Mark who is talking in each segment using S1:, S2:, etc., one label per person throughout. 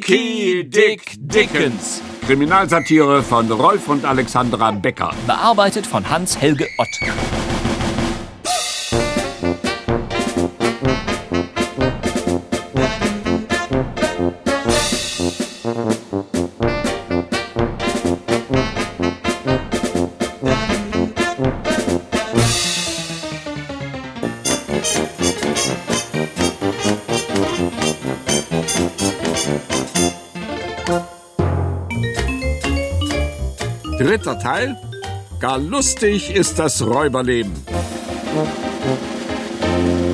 S1: Dicky Dick Dickens.
S2: Kriminalsatire von Rolf und Alexandra Becker.
S3: Bearbeitet von Hans-Helge Ott.
S2: Dritter Teil. Gar lustig ist das Räuberleben.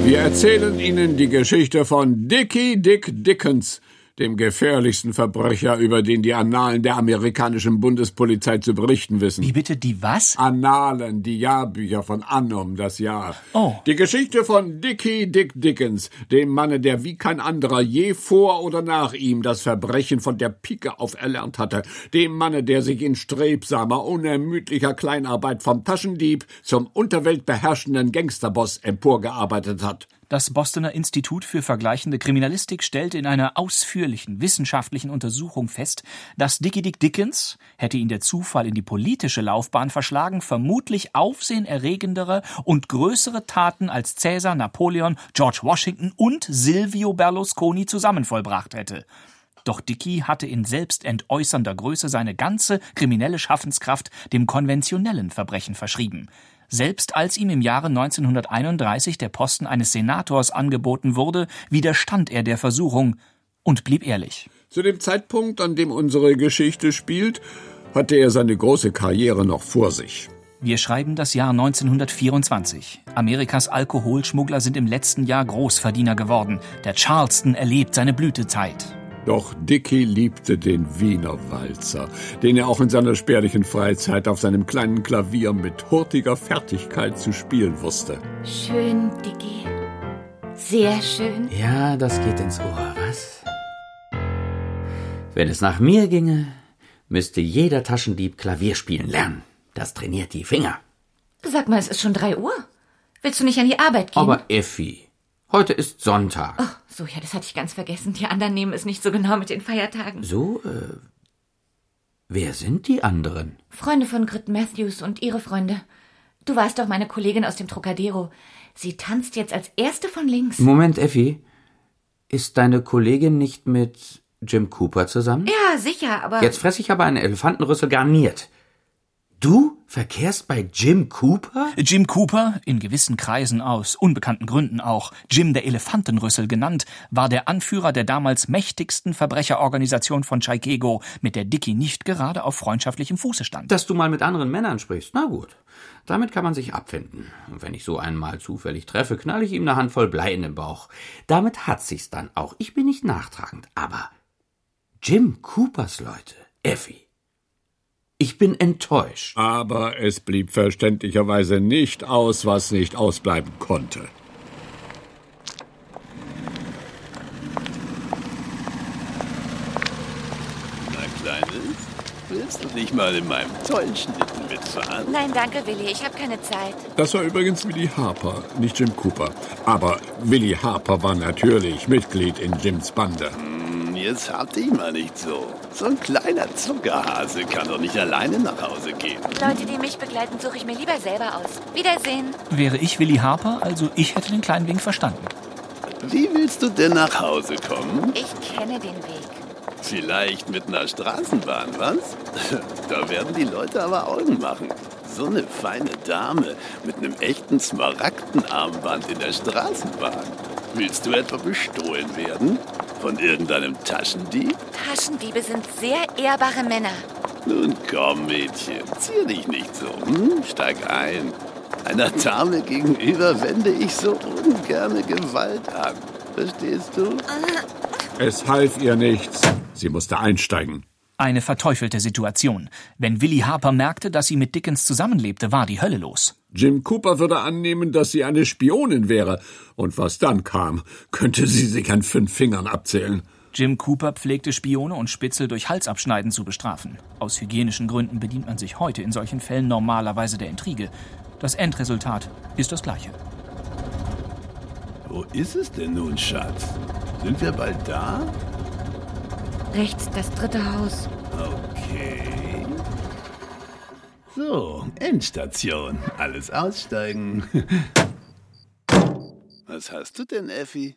S2: Wir erzählen Ihnen die Geschichte von Dickie Dick Dickens, dem gefährlichsten Verbrecher, über den die Annalen der amerikanischen Bundespolizei zu berichten wissen.
S3: Wie bitte die was?
S2: Annalen, die Jahrbücher von Annum, das Jahr.
S3: Oh.
S2: Die Geschichte von Dickie Dick Dickens, dem Manne, der wie kein anderer je vor oder nach ihm das Verbrechen von der Pike auf erlernt hatte. Dem Manne, der sich in strebsamer, unermüdlicher Kleinarbeit vom Taschendieb zum unterweltbeherrschenden Gangsterboss emporgearbeitet hat.
S3: Das Bostoner Institut für vergleichende Kriminalistik stellte in einer ausführlichen wissenschaftlichen Untersuchung fest, dass Dickie Dick Dickens, hätte ihn der Zufall in die politische Laufbahn verschlagen, vermutlich aufsehenerregendere und größere Taten als Caesar, Napoleon, George Washington und Silvio Berlusconi zusammen vollbracht hätte. Doch Dicky hatte in selbstentäußernder Größe seine ganze kriminelle Schaffenskraft dem konventionellen Verbrechen verschrieben. Selbst als ihm im Jahre 1931 der Posten eines Senators angeboten wurde, widerstand er der Versuchung und blieb ehrlich.
S2: Zu dem Zeitpunkt, an dem unsere Geschichte spielt, hatte er seine große Karriere noch vor sich.
S3: Wir schreiben das Jahr 1924. Amerikas Alkoholschmuggler sind im letzten Jahr Großverdiener geworden. Der Charleston erlebt seine Blütezeit.
S2: Doch Dicky liebte den Wiener Walzer, den er auch in seiner spärlichen Freizeit auf seinem kleinen Klavier mit hurtiger Fertigkeit zu spielen wusste.
S4: Schön, Dicky. Sehr schön.
S5: Ja, das geht ins Ohr, was? Wenn es nach mir ginge, müsste jeder Taschendieb Klavier spielen lernen. Das trainiert die Finger.
S4: Sag mal, es ist schon drei Uhr. Willst du nicht an die Arbeit gehen?
S5: Aber Effi, heute ist Sonntag.
S4: Ach, so, ja, das hatte ich ganz vergessen. Die anderen nehmen es nicht so genau mit den Feiertagen.
S5: So, äh, wer sind die anderen?
S4: Freunde von Grit Matthews und ihre Freunde. Du warst doch meine Kollegin aus dem Trocadero. Sie tanzt jetzt als erste von links.
S5: Moment, Effi. Ist deine Kollegin nicht mit Jim Cooper zusammen?
S4: Ja, sicher, aber.
S5: Jetzt fress ich aber einen Elefantenrüssel garniert. Du verkehrst bei Jim Cooper?
S3: Jim Cooper, in gewissen Kreisen aus unbekannten Gründen auch Jim der Elefantenrüssel genannt, war der Anführer der damals mächtigsten Verbrecherorganisation von Chicago, mit der Dicky nicht gerade auf freundschaftlichem Fuße stand.
S5: Dass du mal mit anderen Männern sprichst, na gut. Damit kann man sich abfinden. Und wenn ich so einen mal zufällig treffe, knall ich ihm eine Handvoll Blei in den Bauch. Damit hat sich's dann auch. Ich bin nicht nachtragend, aber Jim Coopers Leute, Effi. Ich bin enttäuscht.
S2: Aber es blieb verständlicherweise nicht aus, was nicht ausbleiben konnte.
S6: Na, Kleines, willst du dich mal in meinem tollen Schlitten mitfahren?
S4: Nein, danke, Willi. Ich habe keine Zeit.
S2: Das war übrigens Willie Harper, nicht Jim Cooper. Aber Willie Harper war natürlich Mitglied in Jims Bande.
S6: Hm, Jetzt hab dich mal nicht so. So ein kleiner Zuckerhase kann doch nicht alleine nach Hause gehen.
S4: Leute, die mich begleiten, suche ich mir lieber selber aus. Wiedersehen.
S3: Wäre ich Willy Harper, also ich hätte den kleinen Wink verstanden.
S6: Wie willst du denn nach Hause
S5: Hm?
S6: kommen?
S4: Ich kenne den Weg.
S6: Vielleicht mit einer Straßenbahn, was? Da werden die Leute aber Augen machen. So eine feine Dame mit einem echten Smaragdenarmband in der Straßenbahn. Willst du etwa bestohlen werden? Von irgendeinem Taschendieb?
S4: Taschendiebe sind sehr ehrbare Männer.
S6: Nun komm, Mädchen, zier dich nicht so. Hm? Steig ein. Einer Dame gegenüber wende ich so ungerne Gewalt an. Verstehst du?
S2: Es half ihr nichts. Sie musste einsteigen.
S3: Eine verteufelte Situation. Wenn Willy Harper merkte, dass sie mit Dickens zusammenlebte, war die Hölle los.
S2: Jim Cooper würde annehmen, dass sie eine Spionin wäre. Und was dann kam, könnte sie sich an fünf Fingern abzählen.
S3: Jim Cooper pflegte Spione und Spitzel durch Halsabschneiden zu bestrafen. Aus hygienischen Gründen bedient man sich heute in solchen Fällen normalerweise der Intrige. Das Endresultat ist das gleiche.
S6: Wo ist es denn nun, Schatz? Sind wir bald da?
S4: Rechts das dritte Haus.
S6: Okay. So, Endstation. Alles aussteigen. Was hast du denn, Effi?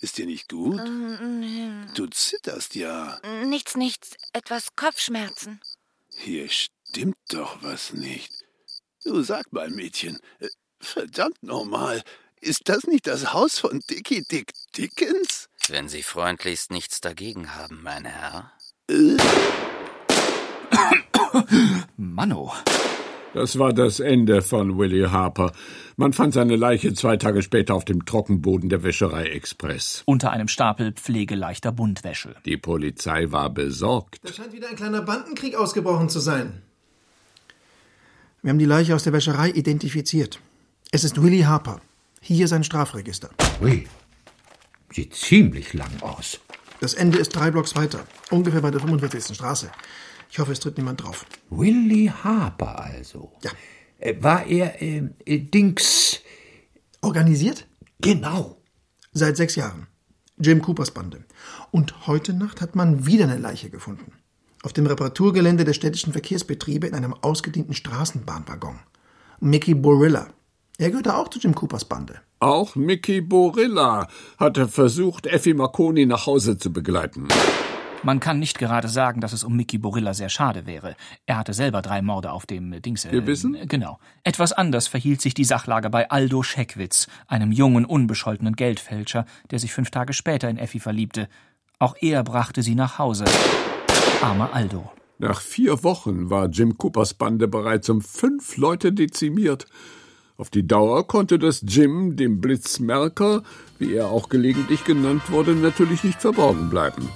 S6: Ist dir nicht gut? Du zitterst ja.
S4: Ähm, Nichts, nichts. Etwas Kopfschmerzen.
S6: Hier stimmt doch was nicht. Du sag mal, Mädchen, äh, verdammt nochmal, ist das nicht das Haus von Dicky Dick Dickens?
S5: Wenn Sie freundlichst nichts dagegen haben, mein Herr.
S3: Manno.
S2: Das war das Ende von Willie Harper. Man fand seine Leiche zwei Tage später auf dem Trockenboden der Wäscherei Express.
S3: Unter einem Stapel pflegeleichter Buntwäsche.
S2: Die Polizei war besorgt.
S7: Da scheint wieder ein kleiner Bandenkrieg ausgebrochen zu sein. Wir haben die Leiche aus der Wäscherei identifiziert. Es ist Willie Harper. Hier sein Strafregister.
S8: Ui, sieht ziemlich lang aus.
S7: Das Ende ist drei Blocks weiter, ungefähr bei der 45. Straße. Ich hoffe, es tritt niemand drauf.
S8: Willy Harper also.
S7: Ja.
S8: Äh, War er ähm, äh, Dings?
S7: Organisiert?
S8: Genau.
S7: Seit sechs Jahren. Jim Coopers Bande. Und heute Nacht hat man wieder eine Leiche gefunden. Auf dem Reparaturgelände der städtischen Verkehrsbetriebe in einem ausgedienten Straßenbahnwaggon. Mickey Borilla. Er gehörte auch zu Jim Coopers Bande.
S2: Auch Mickey Borilla hatte versucht, Effi Marconi nach Hause zu begleiten.
S3: Man kann nicht gerade sagen, dass es um Mickey Borilla sehr schade wäre. Er hatte selber drei Morde auf dem äh, Dings. äh,
S2: Gewissen?
S3: Genau. Etwas anders verhielt sich die Sachlage bei Aldo Scheckwitz, einem jungen, unbescholtenen Geldfälscher, der sich fünf Tage später in Effi verliebte. Auch er brachte sie nach Hause. Armer Aldo.
S2: Nach vier Wochen war Jim Coopers Bande bereits um fünf Leute dezimiert. Auf die Dauer konnte das Jim, dem Blitzmerker, wie er auch gelegentlich genannt wurde, natürlich nicht verborgen bleiben.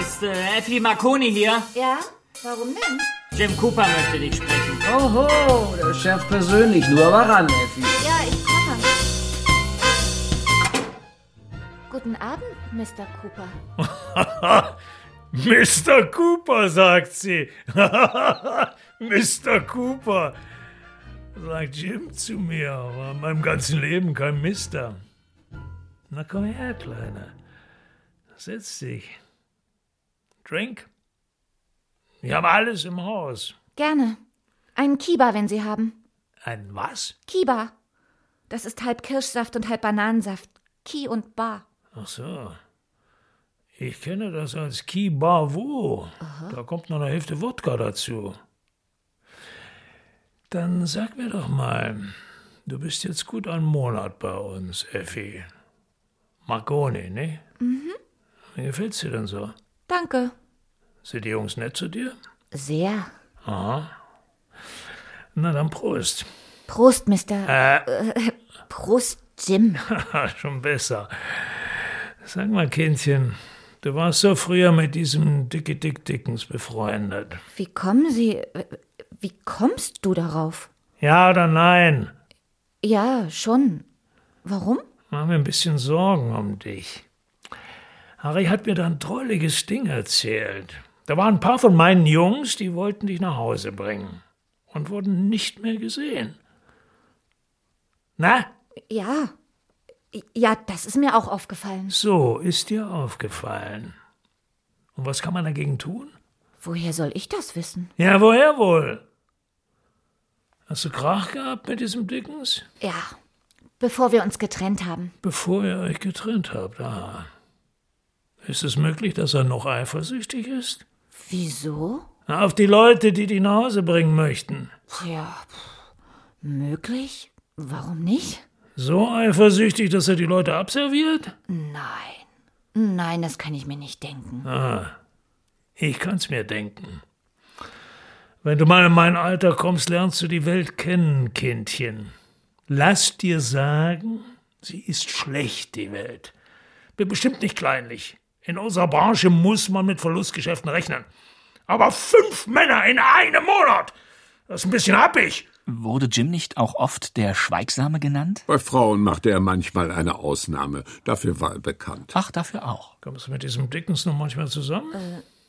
S9: Ist äh, Effi Marconi hier?
S4: Ja? Warum denn?
S9: Jim Cooper möchte dich sprechen.
S10: Oho, der Chef persönlich, nur aber ran, Effi.
S4: Ja, ich komme. Guten Abend, Mr. Cooper.
S11: Mr. Cooper, sagt sie. Mr. Cooper, sagt Jim zu mir, aber in meinem ganzen Leben kein Mister. Na komm her, Kleiner. Setz dich. Drink? Wir haben alles im Haus.
S4: Gerne. Einen Kiba, wenn Sie haben.
S11: Ein was?
S4: Kiba. Das ist halb Kirschsaft und halb Bananensaft. Ki und Ba.
S11: Ach so. Ich kenne das als Kibavu. Da kommt noch eine Hälfte Wodka dazu. Dann sag mir doch mal, du bist jetzt gut einen Monat bei uns, Effi. Marconi, ne? Mhm. Wie gefällt's dir denn so?
S4: Danke.
S11: Sind die Jungs nett zu dir?
S4: Sehr.
S11: Na dann Prost.
S4: Prost, Mr. Äh, Prost, Jim.
S11: Ah, schon besser. Sag mal, Kindchen, du warst so früher mit diesem Dicky Dick Dickens befreundet.
S4: Wie kommen Sie. Wie kommst du darauf?
S11: Ja oder nein?
S4: Ja, schon. Warum?
S11: Mach mir ein bisschen Sorgen um dich. Harry hat mir da ein drolliges Ding erzählt. Da waren ein paar von meinen Jungs, die wollten dich nach Hause bringen und wurden nicht mehr gesehen. Na,
S4: Ja. Ja, das ist mir auch aufgefallen.
S11: so ist dir aufgefallen. Und was kann man dagegen tun?
S4: Woher soll ich das wissen?
S11: Ja, woher wohl? Hast du Krach gehabt mit diesem Dickens?
S4: Ja. Bevor wir uns getrennt haben.
S11: Bevor ihr euch getrennt habt, ah. aha. Ist es möglich, dass er noch eifersüchtig ist?
S4: Wieso?
S11: Na, Auf die Leute, die dich nach Hause bringen möchten.
S4: Tja, pff, möglich? Warum nicht?
S11: So eifersüchtig, dass er die Leute abserviert?
S4: Nein. Nein, das kann ich mir nicht denken.
S11: Ah. Ich kann's mir denken. Wenn du mal in mein Alter kommst, lernst du die Welt kennen, Kindchen. Lass dir sagen, sie ist schlecht, die Welt. Bin bestimmt nicht kleinlich. In unserer Branche muss man mit Verlustgeschäften rechnen. Aber fünf Männer in einem Monat! Das ist ein bisschen happig.
S3: Wurde Jim nicht auch oft der Schweigsame genannt?
S2: Bei Frauen machte er manchmal eine Ausnahme, dafür war er bekannt.
S3: Ach, dafür auch.
S11: Kommst du mit diesem Dickens noch manchmal zusammen?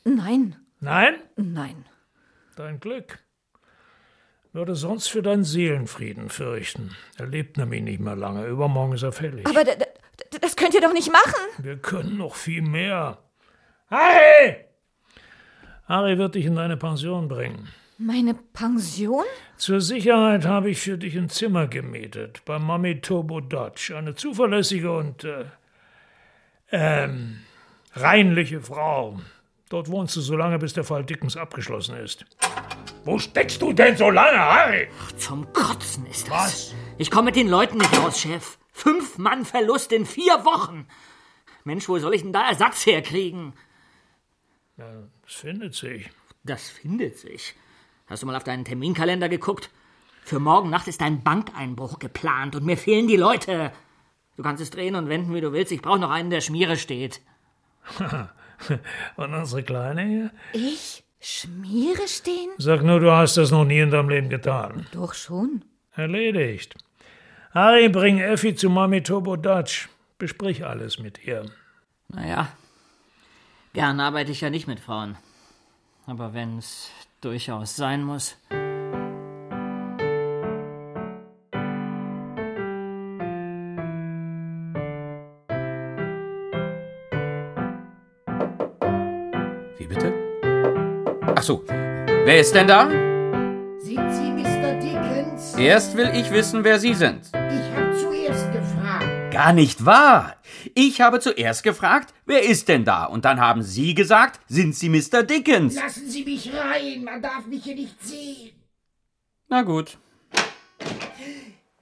S4: Nein,
S11: Nein?
S4: nein.
S11: Dein Glück. Würde sonst für deinen Seelenfrieden fürchten. Er lebt nämlich nicht mehr lange. Übermorgen ist er fällig.
S4: Aber d- d- d- das könnt ihr doch nicht machen.
S11: Wir können noch viel mehr. Harry! Harry wird dich in deine Pension bringen.
S4: Meine Pension?
S11: Zur Sicherheit habe ich für dich ein Zimmer gemietet bei Mami Turbo Dodge. Eine zuverlässige und äh, ähm, reinliche Frau. Dort wohnst du so lange, bis der Fall Dickens abgeschlossen ist. Wo steckst du denn so lange, Harry?
S9: Zum Kotzen ist das. Was? Ich komme mit den Leuten nicht aus, Chef. Fünf Mann Verlust in vier Wochen. Mensch, wo soll ich denn da Ersatz herkriegen?
S11: Ja, das findet sich.
S9: Das findet sich. Hast du mal auf deinen Terminkalender geguckt? Für morgen Nacht ist ein Bankeinbruch geplant und mir fehlen die Leute. Du kannst es drehen und wenden, wie du willst. Ich brauche noch einen, der Schmiere steht.
S11: und unsere Kleine hier?
S4: Ich? Schmiere stehen?
S11: Sag nur, du hast das noch nie in deinem Leben getan.
S4: Doch schon.
S11: Erledigt. Harry, bring Effi zu Mami Turbo Dutch. Besprich alles mit ihr.
S9: Naja, gern arbeite ich ja nicht mit Frauen. Aber wenn's durchaus sein muss.
S5: Wie bitte? Ach so, wer ist denn da?
S12: Sind Sie Mr. Dickens?
S5: Erst will ich wissen, wer Sie sind.
S12: Ich habe zuerst gefragt.
S5: Gar nicht wahr. Ich habe zuerst gefragt, wer ist denn da? Und dann haben Sie gesagt, sind Sie Mr. Dickens?
S12: Lassen Sie mich rein, man darf mich hier nicht sehen.
S5: Na gut,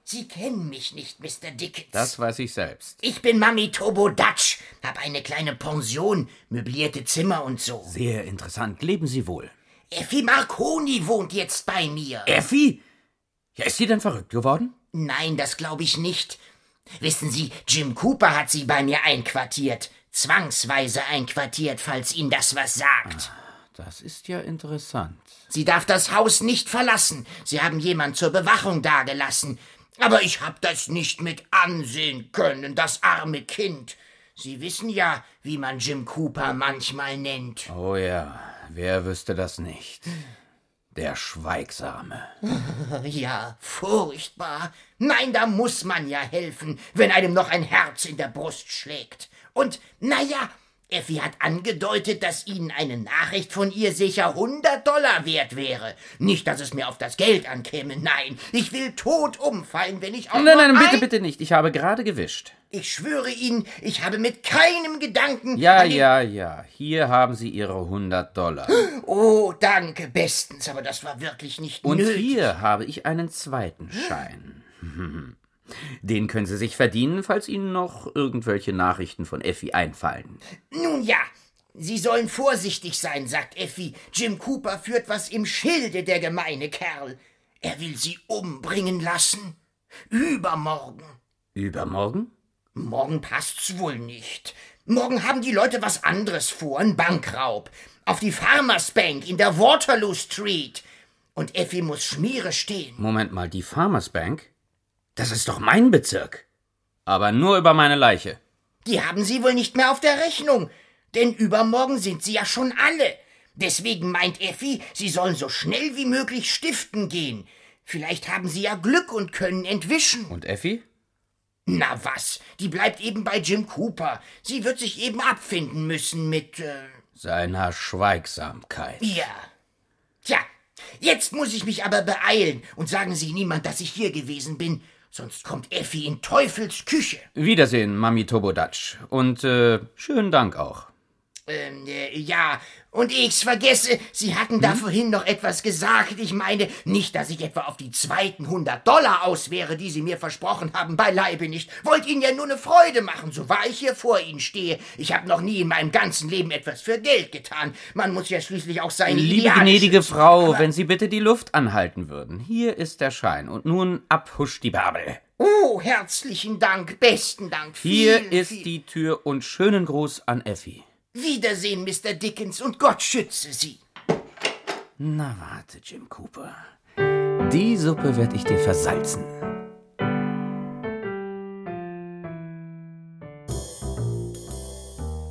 S12: Sie kennen mich nicht, Mr. Dickens.
S5: das weiß ich selbst.
S12: Ich bin Mami Turbo Dutch, habe eine kleine Pension, möblierte Zimmer und so.
S5: Sehr interessant. Leben Sie wohl.
S12: Effi Marconi wohnt jetzt bei mir.
S5: Effi? Ja, ist sie denn verrückt geworden?
S12: Nein, das glaube ich nicht. Wissen Sie, Jim Cooper hat sie bei mir einquartiert. Zwangsweise einquartiert, falls Ihnen das was sagt.
S5: Ah, Das ist ja interessant.
S12: Sie darf das Haus nicht verlassen. Sie haben jemand zur Bewachung dagelassen. Aber ich hab das nicht mit ansehen können, das arme Kind. Sie wissen ja, wie man Jim Cooper manchmal nennt.
S5: Oh ja, wer wüsste das nicht?
S12: Hm.
S5: Der Schweigsame.
S12: Ja, furchtbar. Nein, da muss man ja helfen, wenn einem noch ein Herz in der Brust schlägt. Und, na ja, Effi hat angedeutet, dass Ihnen eine Nachricht von ihr sicher 100 Dollar wert wäre. Nicht, dass es mir auf das Geld ankäme, nein. Ich will tot umfallen, wenn ich auch
S5: Nein,
S12: nur
S5: nein, bitte,
S12: ein...
S5: bitte nicht. Ich habe gerade gewischt.
S12: Ich schwöre Ihnen, ich habe mit keinem Gedanken...
S5: Ja,
S12: an den-
S5: ja, ja. Hier haben Sie Ihre 100 Dollar.
S12: Oh, danke, bestens, aber das war wirklich nicht
S5: Und
S12: nötig.
S5: hier habe ich einen zweiten Schein. Den können Sie sich verdienen, falls Ihnen noch irgendwelche Nachrichten von Effi einfallen.
S12: Nun ja, Sie sollen vorsichtig sein, sagt Effi. Jim Cooper führt was im Schilde, der gemeine Kerl. Er will sie umbringen lassen. Übermorgen.
S5: Übermorgen?
S12: Morgen passt's wohl nicht. Morgen haben die Leute was anderes vor, ein Bankraub. Auf die Farmers Bank in der Waterloo Street. Und Effi muss Schmiere stehen.
S5: Moment mal, die Farmers Bank? Das ist doch mein Bezirk. Aber nur über meine Leiche.
S12: Die haben sie wohl nicht mehr auf der Rechnung. Denn übermorgen sind sie ja schon alle. Deswegen meint Effi, sie sollen so schnell wie möglich stiften gehen. Vielleicht haben sie ja Glück und können entwischen.
S5: Und Effi?
S12: Na was, die bleibt eben bei Jim Cooper. Sie wird sich eben abfinden müssen mit. Äh,
S5: Seiner Schweigsamkeit.
S12: ja. Tja, jetzt muss ich mich aber beeilen und sagen Sie niemand, dass ich hier gewesen bin. Sonst kommt Effi in Teufels Küche.
S5: Wiedersehen, Mami Tobodatsch. Und äh, schönen Dank auch.
S12: Ähm, äh, ja, und ich's vergesse, Sie hatten
S5: Hm?
S12: da vorhin noch etwas gesagt. Ich meine, nicht, dass ich etwa auf die zweiten 100 Dollar aus wäre, die Sie mir versprochen haben, beileibe nicht. Wollt Ihnen ja nur eine Freude machen, so wahr ich hier vor Ihnen stehe. Ich habe noch nie in meinem ganzen Leben etwas für Geld getan. Man muss ja schließlich auch seine
S5: Liebe
S12: Ideale
S5: gnädige
S12: schützen.
S5: Frau,
S12: Aber-
S5: wenn Sie bitte die Luft anhalten würden. Hier ist der Schein. Und nun abhuscht die Bärbel.
S12: Oh, herzlichen Dank, besten Dank.
S5: Hier
S12: vielen,
S5: ist
S12: vielen-
S5: die Tür und schönen Gruß an Effi.
S12: Wiedersehen, Mr. Dickens, und Gott schütze Sie.
S5: Na warte, Jim Cooper. Die Suppe werde ich dir versalzen.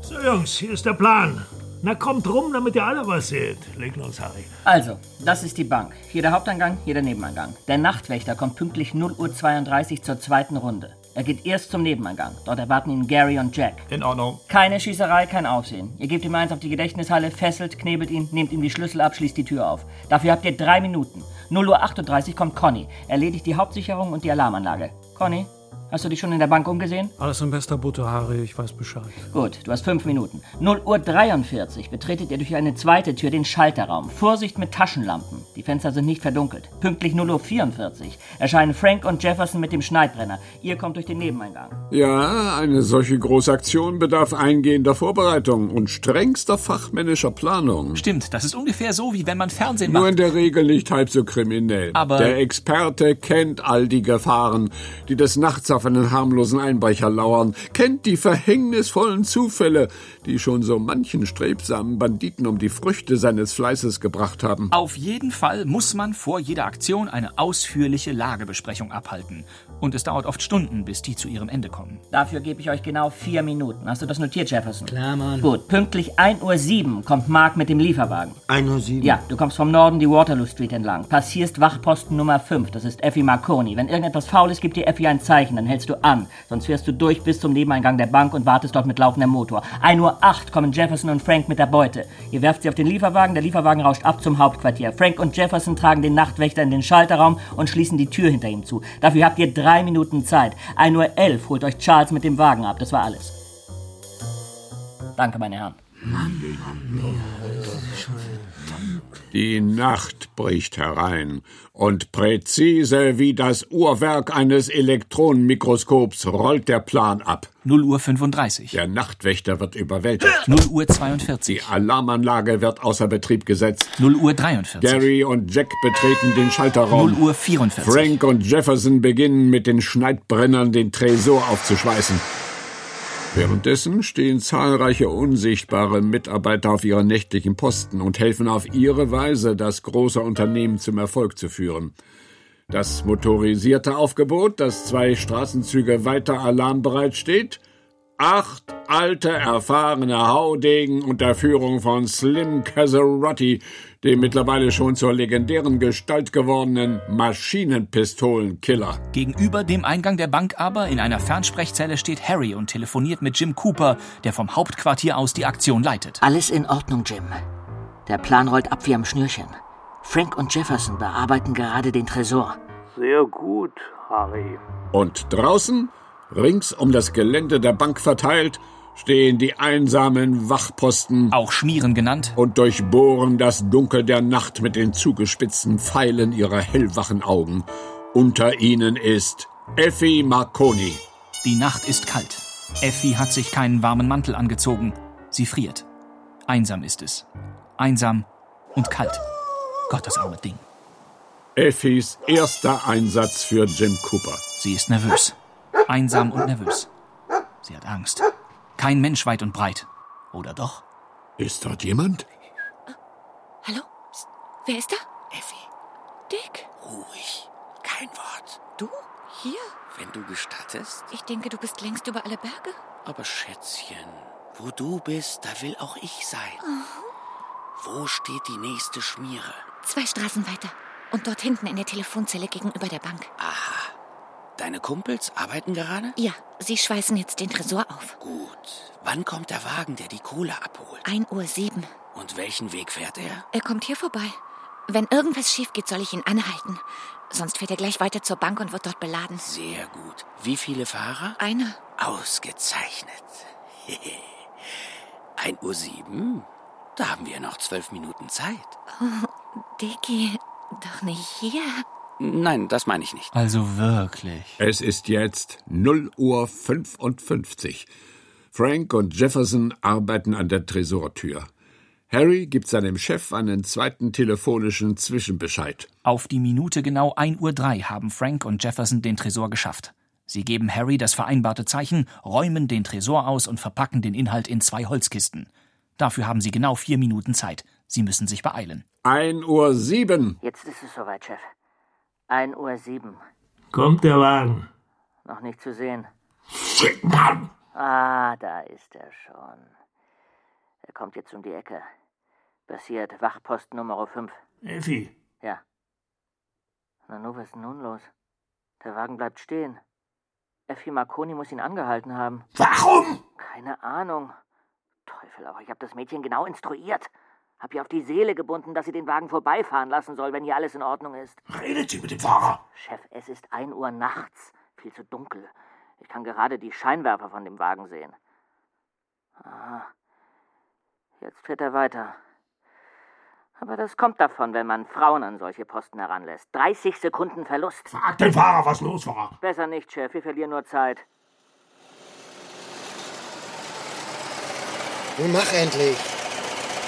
S11: So, Jungs, hier ist der Plan. Na, kommt rum, damit ihr alle was seht. Leg los, Harry.
S9: Also, das ist die Bank. Hier der Haupteingang, hier der Nebeneingang. Der Nachtwächter kommt pünktlich 0.32 Uhr zur zweiten Runde.
S13: Er geht erst zum Nebeneingang. Dort erwarten ihn Gary und Jack.
S14: In Ordnung.
S13: Keine Schießerei, kein Aufsehen. Ihr gebt ihm eins auf die Gedächtnishalle, fesselt, knebelt ihn, nehmt ihm die Schlüssel ab, schließt die Tür auf. Dafür habt ihr drei Minuten. 0.38 Uhr kommt Conny. Erledigt die Hauptsicherung und die Alarmanlage. Conny, hast du dich schon in der Bank umgesehen?
S15: Alles in bester Butte, Harry, ich weiß Bescheid.
S13: Gut, du hast fünf Minuten. 0.43 Uhr betretet ihr durch eine zweite Tür den Schalterraum. Vorsicht mit Taschenlampen. Die Fenster sind nicht verdunkelt. Pünktlich 0.44 Uhr erscheinen Frank und Jefferson mit dem Schneidbrenner. Ihr kommt durch den Nebeneingang.
S2: Ja, eine solche Großaktion bedarf eingehender Vorbereitung und strengster fachmännischer Planung.
S3: Stimmt, das ist ungefähr so, wie wenn man Fernsehen
S2: Nur
S3: macht.
S2: in der Regel nicht halb so kriminell.
S3: Aber-
S2: der Experte kennt all die Gefahren, die des Nachts auf einen harmlosen Einbrecher lauern, kennt die verhängnisvollen Zufälle, die schon so manchen strebsamen Banditen um die Früchte seines Fleißes gebracht haben.
S3: Auf jeden Fall muss man vor jeder Aktion eine ausführliche Lagebesprechung abhalten. Und es dauert oft Stunden, bis die zu ihrem Ende kommen.
S13: Dafür gebe ich euch genau vier Minuten. Hast du das notiert, Jefferson? Klar, Mann. Gut, pünktlich 1.07 Uhr kommt Mark mit dem Lieferwagen.
S16: 1.07 Uhr?
S13: Ja, du kommst vom Norden die Waterloo Street entlang, passierst Wachposten Nummer 5, das ist Effi Marconi. Wenn irgendetwas faul ist, gibt dir Effi ein Zeichen, dann hältst du an. Sonst fährst du durch bis zum Nebeneingang der Bank und wartest dort mit laufendem Motor. 1.08 Uhr kommen Jefferson und Frank mit der Beute. Ihr werft sie auf den Lieferwagen, der Lieferwagen rauscht ab zum Hauptquartier. Frank und Jefferson tragen den Nachtwächter in den Schalterraum und schließen die Tür hinter ihm zu. Dafür habt ihr drei Minuten Zeit. 1.11 Uhr holt euch Charles mit dem Wagen ab, das war alles. Danke, meine Herren.
S2: Die Nacht bricht herein, und präzise wie das Uhrwerk eines Elektronenmikroskops rollt der Plan ab.
S3: 0 Uhr 35.
S2: Der Nachtwächter wird überwältigt.
S3: 0 Uhr 42.
S2: Die Alarmanlage wird außer Betrieb gesetzt.
S3: 0 Uhr 43.
S2: Gary und Jack betreten den Schalterraum.
S3: 0 Uhr 44.
S2: Frank und Jefferson beginnen mit den Schneidbrennern den Tresor aufzuschweißen. Währenddessen stehen zahlreiche unsichtbare Mitarbeiter auf ihren nächtlichen Posten und helfen auf ihre Weise, das große Unternehmen zum Erfolg zu führen. Das motorisierte Aufgebot, das zwei Straßenzüge weiter alarmbereit steht, acht alte, erfahrene Haudegen unter Führung von Slim Caserotti, dem mittlerweile schon zur legendären Gestalt gewordenen Maschinenpistolenkiller.
S3: Gegenüber dem Eingang der Bank aber in einer Fernsprechzelle steht Harry und telefoniert mit Jim Cooper, der vom Hauptquartier aus die Aktion leitet.
S17: Alles in Ordnung, Jim. Der Plan rollt ab wie am Schnürchen. Frank und Jefferson bearbeiten gerade den Tresor.
S18: Sehr gut, Harry.
S2: Und draußen, rings um das Gelände der Bank verteilt, stehen die einsamen Wachposten,
S3: auch Schmieren genannt,
S2: und durchbohren das Dunkel der Nacht mit den zugespitzten Pfeilen ihrer hellwachen Augen. Unter ihnen ist Effi Marconi.
S3: Die Nacht ist kalt. Effi hat sich keinen warmen Mantel angezogen. Sie friert. Einsam ist es. Einsam und kalt. Gott, das arme Ding.
S2: Effis erster Einsatz für Jim Cooper.
S3: Sie ist nervös. Einsam und nervös. Sie hat Angst. Kein Mensch weit und breit. Oder doch?
S2: Ist dort jemand?
S19: Hallo? Psst. Wer ist da? Effi. Dick.
S18: Ruhig. Kein Wort.
S19: Du? Hier?
S18: Wenn du gestattest.
S19: Ich denke, du bist längst über alle Berge.
S18: Aber Schätzchen, wo du bist, da will auch ich sein. Wo steht die nächste Schmiere?
S19: Zwei Straßen weiter. Und dort hinten in der Telefonzelle gegenüber der Bank.
S18: Aha. Deine Kumpels arbeiten gerade?
S19: Ja, sie schweißen jetzt den Tresor auf.
S18: Gut. Wann kommt der Wagen, der die Kohle abholt?
S19: 1 Uhr sieben.
S18: Und welchen Weg fährt er?
S19: Er kommt hier vorbei. Wenn irgendwas schief geht, soll ich ihn anhalten. Sonst fährt er gleich weiter zur Bank und wird dort beladen.
S18: Sehr gut. Wie viele Fahrer?
S19: Einer.
S18: Ausgezeichnet. 1 Uhr sieben? Da haben wir noch zwölf Minuten Zeit.
S19: Oh, Dicky, doch nicht hier.
S18: Nein, das meine ich nicht.
S3: Also wirklich.
S2: Es ist jetzt 0 Uhr 55. Frank und Jefferson arbeiten an der Tresortür. Harry gibt seinem Chef einen zweiten telefonischen Zwischenbescheid.
S3: Auf die Minute genau 1.03 Uhr haben Frank und Jefferson den Tresor geschafft. Sie geben Harry das vereinbarte Zeichen, räumen den Tresor aus und verpacken den Inhalt in zwei Holzkisten. Dafür haben sie genau vier Minuten Zeit. Sie müssen sich beeilen.
S2: 1 Uhr 7.
S17: Jetzt ist es soweit, Chef. 1.07 Uhr.
S11: Kommt der Wagen.
S17: Noch nicht zu sehen.
S11: Shit, Mann.
S17: Ah, da ist er schon. Er kommt jetzt um die Ecke. Passiert Wachpost Nummer 5.
S11: Effi.
S17: Ja. Na, nu, was ist denn nun los? Der Wagen bleibt stehen. Effi Marconi muss ihn angehalten haben.
S12: Warum?
S17: Keine Ahnung. Teufel, aber ich habe das Mädchen genau instruiert. Hab ihr auf die Seele gebunden, dass sie den Wagen vorbeifahren lassen soll, wenn hier alles in Ordnung ist.
S12: Redet sie mit dem Fahrer?
S17: Chef, es ist 1 Uhr nachts. Viel zu dunkel. Ich kann gerade die Scheinwerfer von dem Wagen sehen. Aha. Jetzt fährt er weiter. Aber das kommt davon, wenn man Frauen an solche Posten heranlässt. 30 Sekunden Verlust.
S12: Frag den Fahrer, was los war.
S17: Besser nicht, Chef. Wir verlieren nur Zeit.
S14: Nun mach endlich.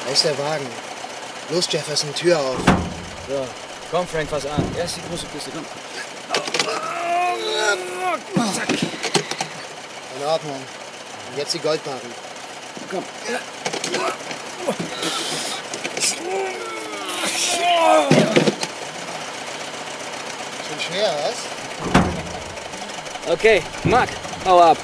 S14: Da ist der Wagen. Los, Jefferson, Tür auf.
S10: So, komm, Frank, fass an. Erst die große Kiste, komm.
S14: In Ordnung. Und jetzt die Goldbarren.
S10: Komm.
S14: Schon schwer, was?
S10: Okay, Mark, hau ab.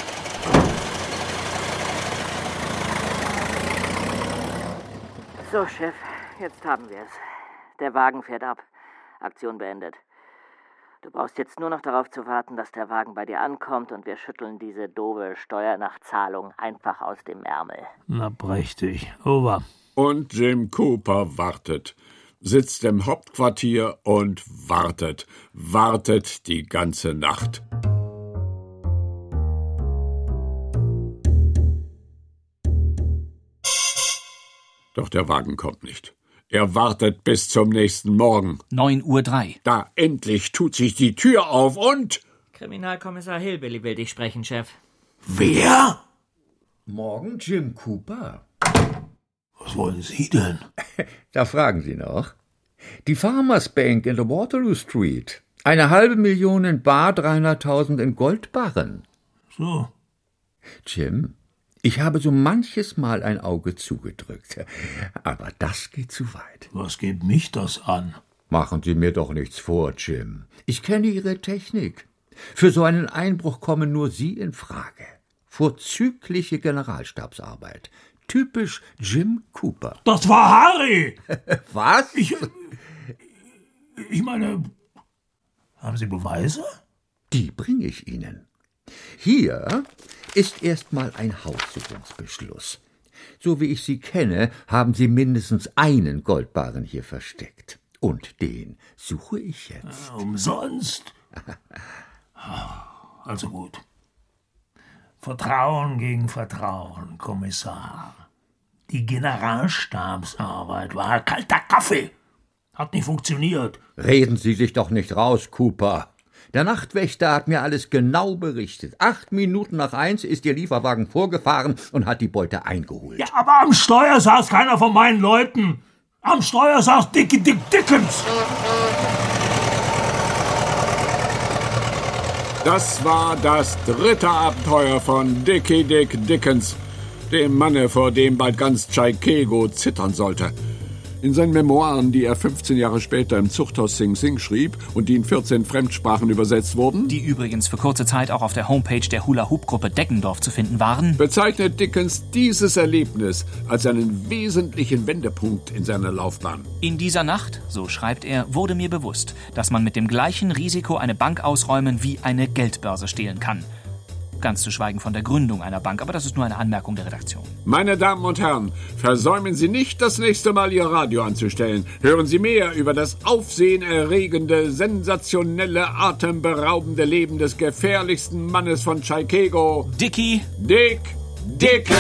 S17: So, Chef, jetzt haben wir es. Der Wagen fährt ab. Aktion beendet. Du brauchst jetzt nur noch darauf zu warten, dass der Wagen bei dir ankommt und wir schütteln diese doofe Steuer nach Zahlung einfach aus dem Ärmel.
S11: Na, prächtig. Over.
S2: Und Jim Cooper wartet, sitzt im Hauptquartier und wartet, wartet die ganze Nacht. Doch der Wagen kommt nicht. Er wartet bis zum nächsten Morgen.
S3: 9.03 Uhr. Drei.
S2: Da endlich tut sich die Tür auf und.
S9: Kriminalkommissar Hillbilly will dich sprechen, Chef.
S12: Wer?
S8: Morgen Jim Cooper.
S12: Was wollen Sie denn?
S8: Da fragen Sie noch. Die Farmers Bank in der Waterloo Street. Eine halbe Million in Bar, 300.000 in Goldbarren.
S11: So.
S8: Jim, ich habe so manches Mal ein Auge zugedrückt. Aber das geht zu weit.
S11: Was geht mich das an?
S8: Machen Sie mir doch nichts vor, Jim. Ich kenne Ihre Technik. Für so einen Einbruch kommen nur Sie in Frage. Vorzügliche Generalstabsarbeit. Typisch Jim Cooper.
S11: Das war Harry!
S8: Was?
S11: Ich meine. Haben Sie Beweise?
S8: Die bringe ich Ihnen. Hier ist erstmal ein Haussuchungsbeschluss. So wie ich Sie kenne, haben Sie mindestens einen Goldbarren hier versteckt. Und den suche ich jetzt.
S11: Umsonst? Also gut. Vertrauen gegen Vertrauen, Kommissar. Die Generalstabsarbeit war kalter Kaffee. Hat nicht funktioniert.
S8: Reden Sie sich doch nicht raus, Cooper. Der Nachtwächter hat mir alles genau berichtet. Acht Minuten nach eins ist Ihr Lieferwagen vorgefahren und hat die Beute eingeholt.
S11: Ja, aber am Steuer saß keiner von meinen Leuten. Am Steuer saß Dicky Dick Dickens.
S2: Das war das dritte Abenteuer von Dickie Dick Dickens, dem Manne, vor dem bald ganz Tschaikego zittern sollte. In seinen Memoiren, die er 15 Jahre später im Zuchthaus Sing Sing schrieb und die in 14 Fremdsprachen übersetzt wurden,
S3: Die übrigens für kurze Zeit auch auf der Homepage der Hula-Hoop-Gruppe Deckendorf zu finden waren.
S2: bezeichnet Dickens dieses Erlebnis als einen wesentlichen Wendepunkt in seiner Laufbahn.
S3: In dieser Nacht, so schreibt er, wurde mir bewusst, dass man mit dem gleichen Risiko eine Bank ausräumen wie eine Geldbörse stehlen kann. Ganz zu schweigen von der Gründung einer Bank, aber das ist nur eine Anmerkung der Redaktion.
S2: Meine Damen und Herren, versäumen Sie nicht, das nächste Mal Ihr Radio anzustellen. Hören Sie mehr über das aufsehenerregende, sensationelle, atemberaubende Leben des gefährlichsten Mannes von Tschaikego,
S3: Dicky
S2: Dick Dickens.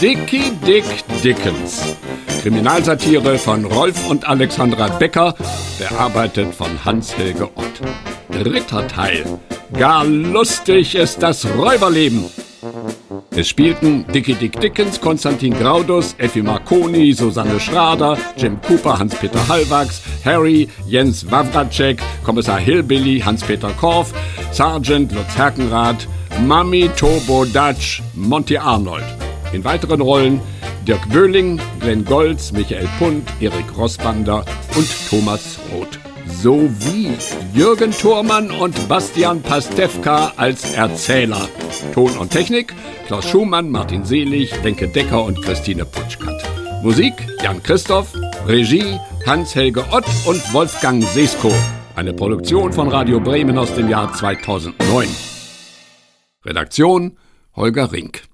S2: Dicky Dick Dickens. Kriminalsatire von Rolf und Alexandra Becker, bearbeitet von Hans-Helge Ott. Dritter Teil. Gar lustig ist das Räuberleben. Es spielten Dicky Dick Dickens, Konstantin Graudus, Effi Marconi, Susanne Schrader, Jim Cooper, Hans-Peter Hallwachs, Harry, Jens Wawracek, Kommissar Hillbilly, Hans-Peter Korff, Sergeant Lutz Herkenrath, Mami Tobo Dutch, Monty Arnold. In weiteren Rollen Dirk Böhling, Glenn Golds, Michael Punt, Erik Rossbander und Thomas Roth. Sowie Jürgen Thurmann und Bastian Pastewka als Erzähler. Ton und Technik Klaus Schumann, Martin Selig, Wenke Decker und Christine Putschkat. Musik Jan Christoph, Regie Hans-Helge Ott und Wolfgang Sesko. Eine Produktion von Radio Bremen aus dem Jahr 2009. Redaktion Holger Rink.